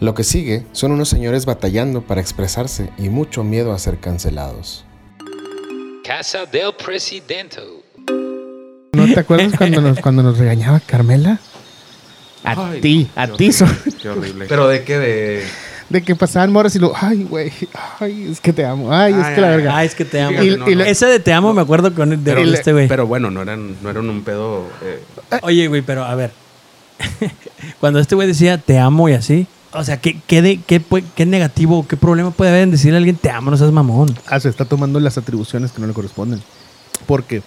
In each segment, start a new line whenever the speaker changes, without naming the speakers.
Lo que sigue son unos señores batallando para expresarse y mucho miedo a ser cancelados.
Casa del Presidente.
¿No te acuerdas cuando nos, cuando nos regañaba Carmela? A
Ay,
ti,
qué
a
horrible,
ti. so-
Qué horrible.
¿Pero de qué? De...
De que pasaban morras y luego, ay, güey, ay, es que te amo, ay, es
Ay,
que la
ay,
verga.
Ah, es que te amo.
Fíjate,
Y-
no,
y
no.
le-
Ese de te amo me acuerdo con de
Pero-
este güey.
Pero bueno, no eran, no eran un pedo. eh,
Oye, güey, pero a ver. Cuando este güey decía te amo y así, o sea, ¿qué, qué, de- qué, pue- qué negativo, qué problema puede haber en decirle a alguien te amo, no seas mamón?
Ah, se está tomando las atribuciones que no le corresponden. Porque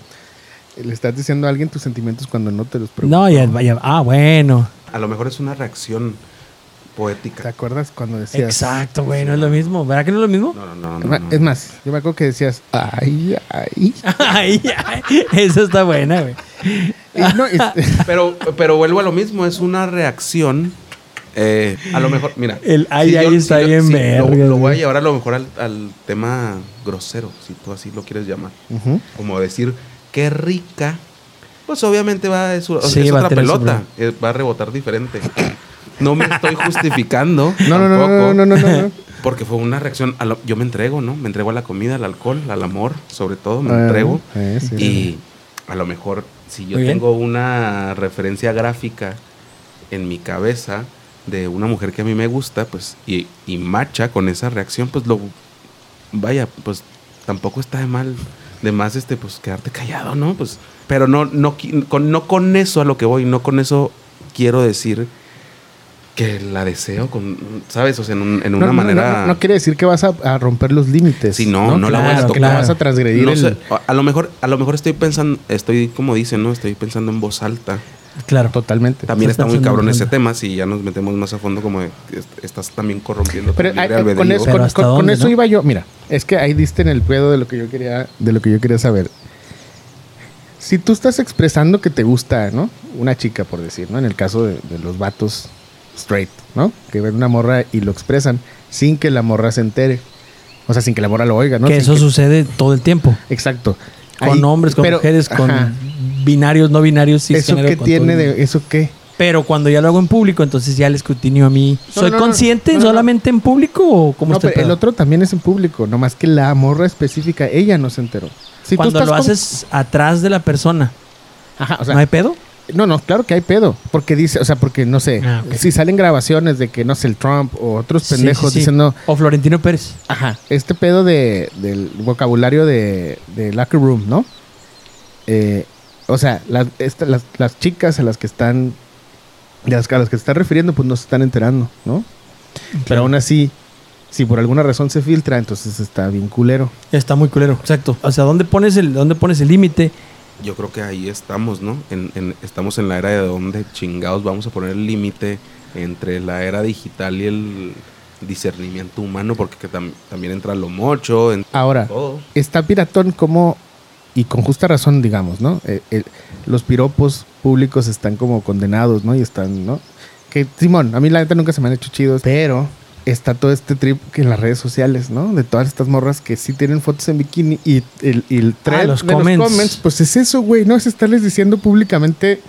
le estás diciendo a alguien tus sentimientos cuando no te los preguntas.
no, ya, ya- ah, bueno.
a lo mejor es una reacción
¿Te
poética.
acuerdas cuando decías?
Exacto, güey, no es lo mismo. ¿Verdad que no es lo mismo?
No, no, no.
Es
no,
ma-
no.
Es más, yo me acuerdo que decías, ay, ay.
Ay, ay, esa está buena, güey.
Y no, es-
Pero, pero vuelvo a lo mismo, es una reacción. eh, a lo mejor, mira.
El ay, ay está bien
lo-
verga,
Lo, voy a
güey.
llevar a lo mejor al, al tema grosero, si tú así lo quieres llamar.
Ujú.
Como decir, qué rica. Pues obviamente va a su, o sea,
Sí,
es
va a
otra
tener su
pelota. eh, va a rebotar diferente. No me estoy justificando.
no, no, no, no,
tampoco.
no, no, no, no.
Porque fue una reacción. a lo- yo me entrego, ¿no? Me entrego a la comida, al alcohol, al amor, sobre todo, me
Ah,
entrego.
eh, sí, sí,
y a lo mejor, si yo
Muy bien.
tengo una referencia gráfica en mi cabeza de una mujer que a mí me gusta, pues, y, y macha con esa reacción, pues lo. Vaya, pues tampoco está de mal. De más, este, pues quedarte callado, ¿no? Pues. Pero no, no, qui- con, no con eso a lo que voy, no con eso quiero decir que la deseo con. ¿Sabes? O sea, en, un- en
No,
una
no, no,
manera.
No, no quiere decir que vas a, a romper los límites.
Sí, no, no la
Claro,
voy a
que la
tocar.
vas a transgredir.
No
el-
sé, a- a lo mejor, a lo mejor estoy pensando, estoy como dicen, ¿no? Estoy pensando en voz alta.
Claro.
Totalmente.
También
Estás
está muy
pensando en
cabrón
voz
ese
alta.
tema, si ya nos metemos más a fondo, como de que est- estás también corrompiendo tu
Pero,
libre
ay, ay, con
albedrío.
eso,
Pero
con-
¿hasta
con- con
dónde,
eso
no?
iba yo. Mira, es que ahí diste en el pedo de lo que yo quería, de lo que yo quería saber. Si tú estás expresando que te gusta, ¿no? Una chica, por decir, ¿no? En el caso de, de los vatos straight, ¿no? Que ven una morra y lo expresan sin que la morra se entere. O sea, sin que la morra lo oiga, ¿no?
que
Sin
eso sucede todo el tiempo.
Exacto.
Con
Ahí-
hombres, con
pero-
mujeres, con
ajá.
binarios, no binarios,
¿Eso
cisgénero,
qué
con todo
tiene
el-
de...? ¿Eso qué?
Pero cuando ya lo hago en público, entonces ya el escrutinio a mí.
No,
¿Soy
no, no,
consciente
no, no, no.
solamente en público o cómo
No,
está el
pero el
pedo?
otro también es en público. Nomás que la morra específica, ella no se enteró. Si tú
cuando
estás
lo
con-
haces atrás de la persona,
Ajá, o sea,
¿no hay pedo?
No, no, claro que hay pedo. Porque dice, o sea, porque no sé,
Ah, ok.
si salen grabaciones de que no sé, el Trump o otros
Sí,
pendejos
sí, sí.
diciendo,
O Florentino Pérez.
ajá, este pedo de, del vocabulario de, de Locker Room, ¿no? Eh, o sea, las, esta- las, las chicas a las que están, de las, a las que se están refiriendo, pues no se están enterando, ¿no? Pero aún así, si por alguna razón se filtra, entonces está bien culero.
Está muy culero. Exacto. O sea, ¿dónde pones el dónde pones el límite?
Yo creo que ahí estamos, ¿no? En- en- estamos en la era de donde chingados vamos a poner el límite entre la era digital y el discernimiento humano, porque que tam- también entra lo mocho, en
Ahora,
todo.
está piratón como, y con justa razón, digamos, ¿no? Eh, el- los piropos públicos están como condenados, ¿no? Y están, ¿no? Que, Simón, a mí la neta nunca se me han hecho chidos, pero está todo este trip que en las redes sociales, ¿no? De todas estas morras que sí tienen fotos en bikini y el, y el thread
Ah, los
de
comments.
pues es eso, güey, ¿no? Es estarles diciendo públicamente,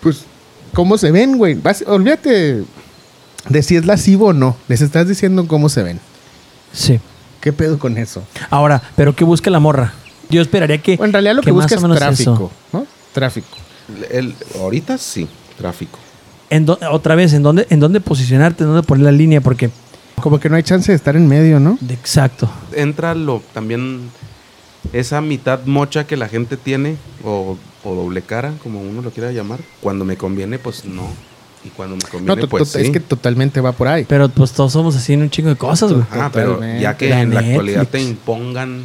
pues, cómo se ven, güey. Vas- Olvídate de si es lascivo o no. Les estás diciendo cómo se ven.
Sí.
¿Qué pedo con eso?
Ahora, ¿pero qué busca la morra? Yo esperaría que.
Bueno, en realidad lo que,
más
busca
o
es
menos
tráfico,
eso.
¿no? Tráfico.
El- ahorita sí, tráfico.
En dó- otra vez, ¿en dónde, ¿en dónde posicionarte? ¿En dónde poner la línea? Porque.
Como que no hay chance de estar en medio, ¿no?
de- exacto.
entra lo también esa mitad mocha que la gente tiene o, o doble cara como uno lo quiera llamar cuando me conviene pues no y cuando me
No,
conviene
to-
pues
to-
sí
es que totalmente va por ahí.
Pero pues todos somos así en un chingo de cosas, güey.
Ah, pero
totalmente.
ya que
La
en la actualidad
Netflix.
te impongan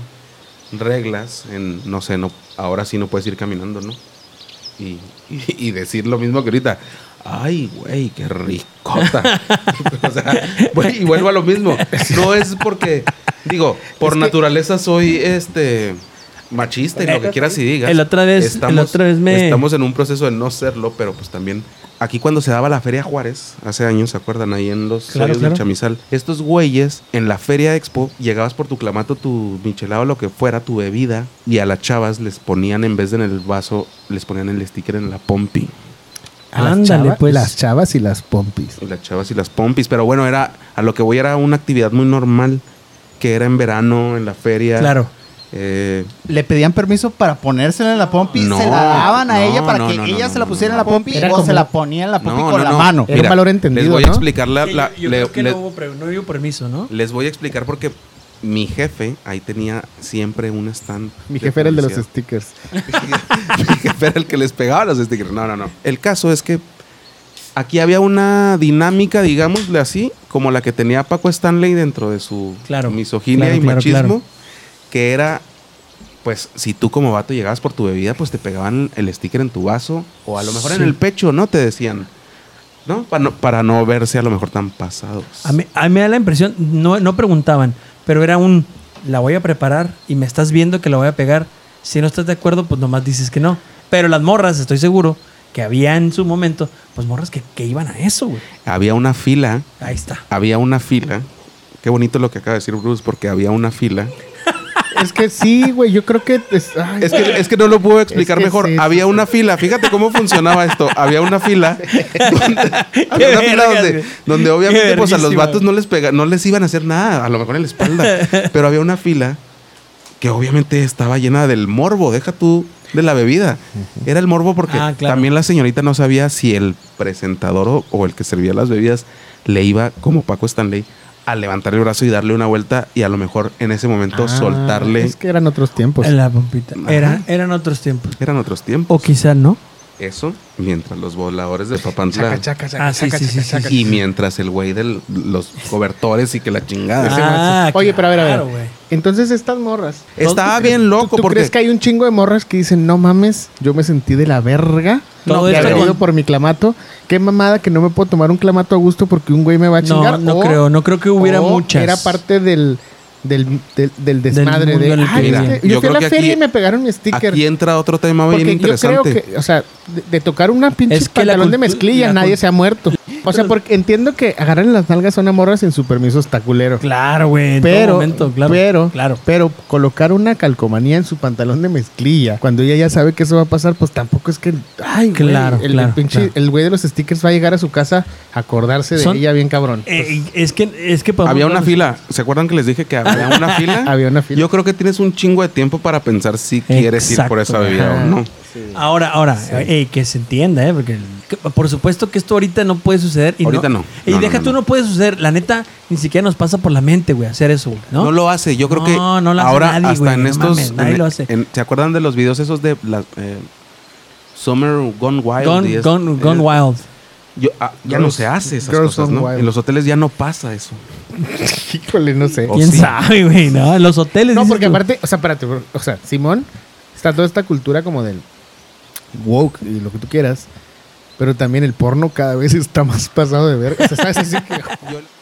reglas en no sé no ahora sí no puedes ir caminando no y, y, y decir lo mismo que ahorita Ay, güey, qué ricota. o sea, güey, y vuelvo a lo mismo. No es porque, digo, por naturaleza soy este machista y lo que quieras y digas.
El otra vez- el otra vez me-
estamos en un proceso de no serlo, pero pues también aquí cuando se daba la Feria Juárez, hace años, ¿se acuerdan? Ahí en los
Claro,
hoyos
claro.
del Chamizal. Estos güeyes en la Feria Expo llegabas por tu clamato, tu michelado, lo que fuera, tu bebida, y a las chavas les ponían en vez de en el vaso, les ponían el sticker en la pompi.
A las
Ándale,
chavas-
pues.
Las chavas y las pompis.
Y las chavas y las pompis. Pero bueno, era a lo que voy era una actividad muy normal que era en verano, en la feria.
Claro.
Eh,
Le pedían permiso para ponérsela en la pompi,
No,
se la daban
no,
a ella para
no,
que
no, no,
ella
no,
se la
no,
pusiera
no.
en la pompi
Era
o se
como-
la ponía en la pompi
no,
con
no,
la
no.
mano.
Era un valor entendido,
Les voy
¿no?
a explicar la.
Que
la-
yo, yo
le-
creo que
le-
no, hubo pre- no hubo permiso, ¿no?
Les voy a explicar porque mi jefe ahí tenía siempre un stand.
Mi jefe era el de los
publicidad.
stickers.
Mi jefe era el que les pegaba los stickers. No, no, no. El caso es que aquí había una dinámica, digámosle así, como la que tenía Paco Stanley dentro de su
Claro,
misoginia
claro,
y
claro,
machismo,
claro.
que era, pues, si tú como vato llegabas por tu bebida, pues te pegaban el sticker en tu vaso o a lo mejor en
Sí.
el pecho, ¿no? Te decían. ¿No? Para, no, para no verse a lo mejor tan pasados.
A mí, a mí me da la impresión, no, no preguntaban, pero era un, la voy a preparar y me estás viendo que la voy a pegar. Si no estás de acuerdo, pues nomás dices que no. Pero las morras, estoy seguro, que había en su momento, pues morras que, que iban a eso, güey.
Había una fila
Ahí está.
había una fila. Qué bonito lo que acaba de decir Bruce, porque había una fila.
es que sí, güey. Yo creo que. Es, ay,
Es que, es que no lo puedo explicar
Es que
mejor.
sí, sí,
había una fila. Fíjate cómo funcionaba esto. Había una fila. Donde, había una fila
vergas,
donde,
güey.
donde
Qué
obviamente pues, a los
verguísima.
vatos no les, pega, no les iban a hacer nada. A lo mejor en la espalda. Pero había una fila que obviamente estaba llena del morbo. Deja tú de la bebida. Era el morbo porque
Ah, claro.
también la señorita no sabía si el presentador o, o el que servía las bebidas le iba, como Paco Stanley, a levantar el brazo y darle una vuelta y a lo mejor en ese momento
Ah,
soltarle.
Es que eran otros tiempos.
En la pompita.
Ajá.
Pues, Era, eran otros tiempos.
Eran otros tiempos.
O quizá no.
Eso mientras los voladores
Pues,
de Papantla
Chaca, chaca, chaca,
Ah, sí,
chaca,
sí, sí,
chaca,
sí,
chaca.
y mientras el güey de los cobertores y que la chingada.
Ah,
Oye, pero a ver, a ver.
claro, güey.
Entonces, estas morras.
Estaba bien
¿Tú,
loco
tú
porque
crees que hay un chingo de morras que dicen, no mames, yo me sentí de la verga
Todo
de
esto
haber
con-
ido por mi clamato? Qué mamada que no me puedo tomar un clamato a gusto porque un güey me va a
No,
chingar.
no
O-
creo, no creo que hubiera
o
muchas.
Era parte del, del, del, del desmadre
mundo
de.
en el que
"Ay,
vivían".
este-
Yo
yo fui a
creo
la
que
feria
aquí-
y me pegaron mi sticker.
aquí entra otro tema
porque
bien interesante.
yo creo que, o sea, de, de tocar una pinche
Es que la
pantalón de
cultu-
mezclilla,
la
nadie
cul-
se ha muerto. O sea, porque entiendo que agarrarle las nalgas a una morra sin su permiso está culero.
Claro, güey. En todo
Pero,
momento, claro.
pero,
claro.
pero colocar una calcomanía en su pantalón de mezclilla, cuando ella ya sabe que eso va a pasar, pues tampoco es que, ay, güey,
Claro,
el,
claro,
el pinche-
claro.
el güey de los stickers va a llegar a su casa a acordarse de
Son-
ella bien cabrón.
Eh, es que, es que podemos-
Había una fila. ¿Se acuerdan que les dije que había una fila?
Había una fila.
Yo creo que tienes un chingo de tiempo para pensar si quieres ir por esa
Exacto.
bebida o no.
Ahora, ahora, eh, que se entienda, ¿eh? Porque el- que- por supuesto que esto ahorita no puede suceder. Y
Ahorita no.
Y
No,
deja
no, no,
tú,
no.
no. puede suceder. La neta, ni siquiera nos pasa por la mente, güey, hacer eso, güey, ¿no?
¿no? lo hace. Yo creo
No,
que
no lo hace
ahora
nadie,
hasta
güey,
en
no
estos.
mames, nadie
en-
lo hace.
en- ¿Se acuerdan de los videos esos de las eh, Summer Gone Wild? y
Gone,
es-
gone- gone
eh,
wild.
yo- ah, ya no
Girls-
se hace esas
Girls
cosas,
Gone
¿no?
Wild.
En los hoteles ya no pasa eso.
Híjole, no sé.
Oh,
¿Quién
sí.
sabe, güey? No, En los hoteles.
No,
dices
porque
tú.
aparte, o sea, espérate, bro, o sea, Simón, está toda esta cultura como del woke y lo que tú quieras, pero también el porno cada vez está más pasado de ver. O sea, ¿sabes? Así que,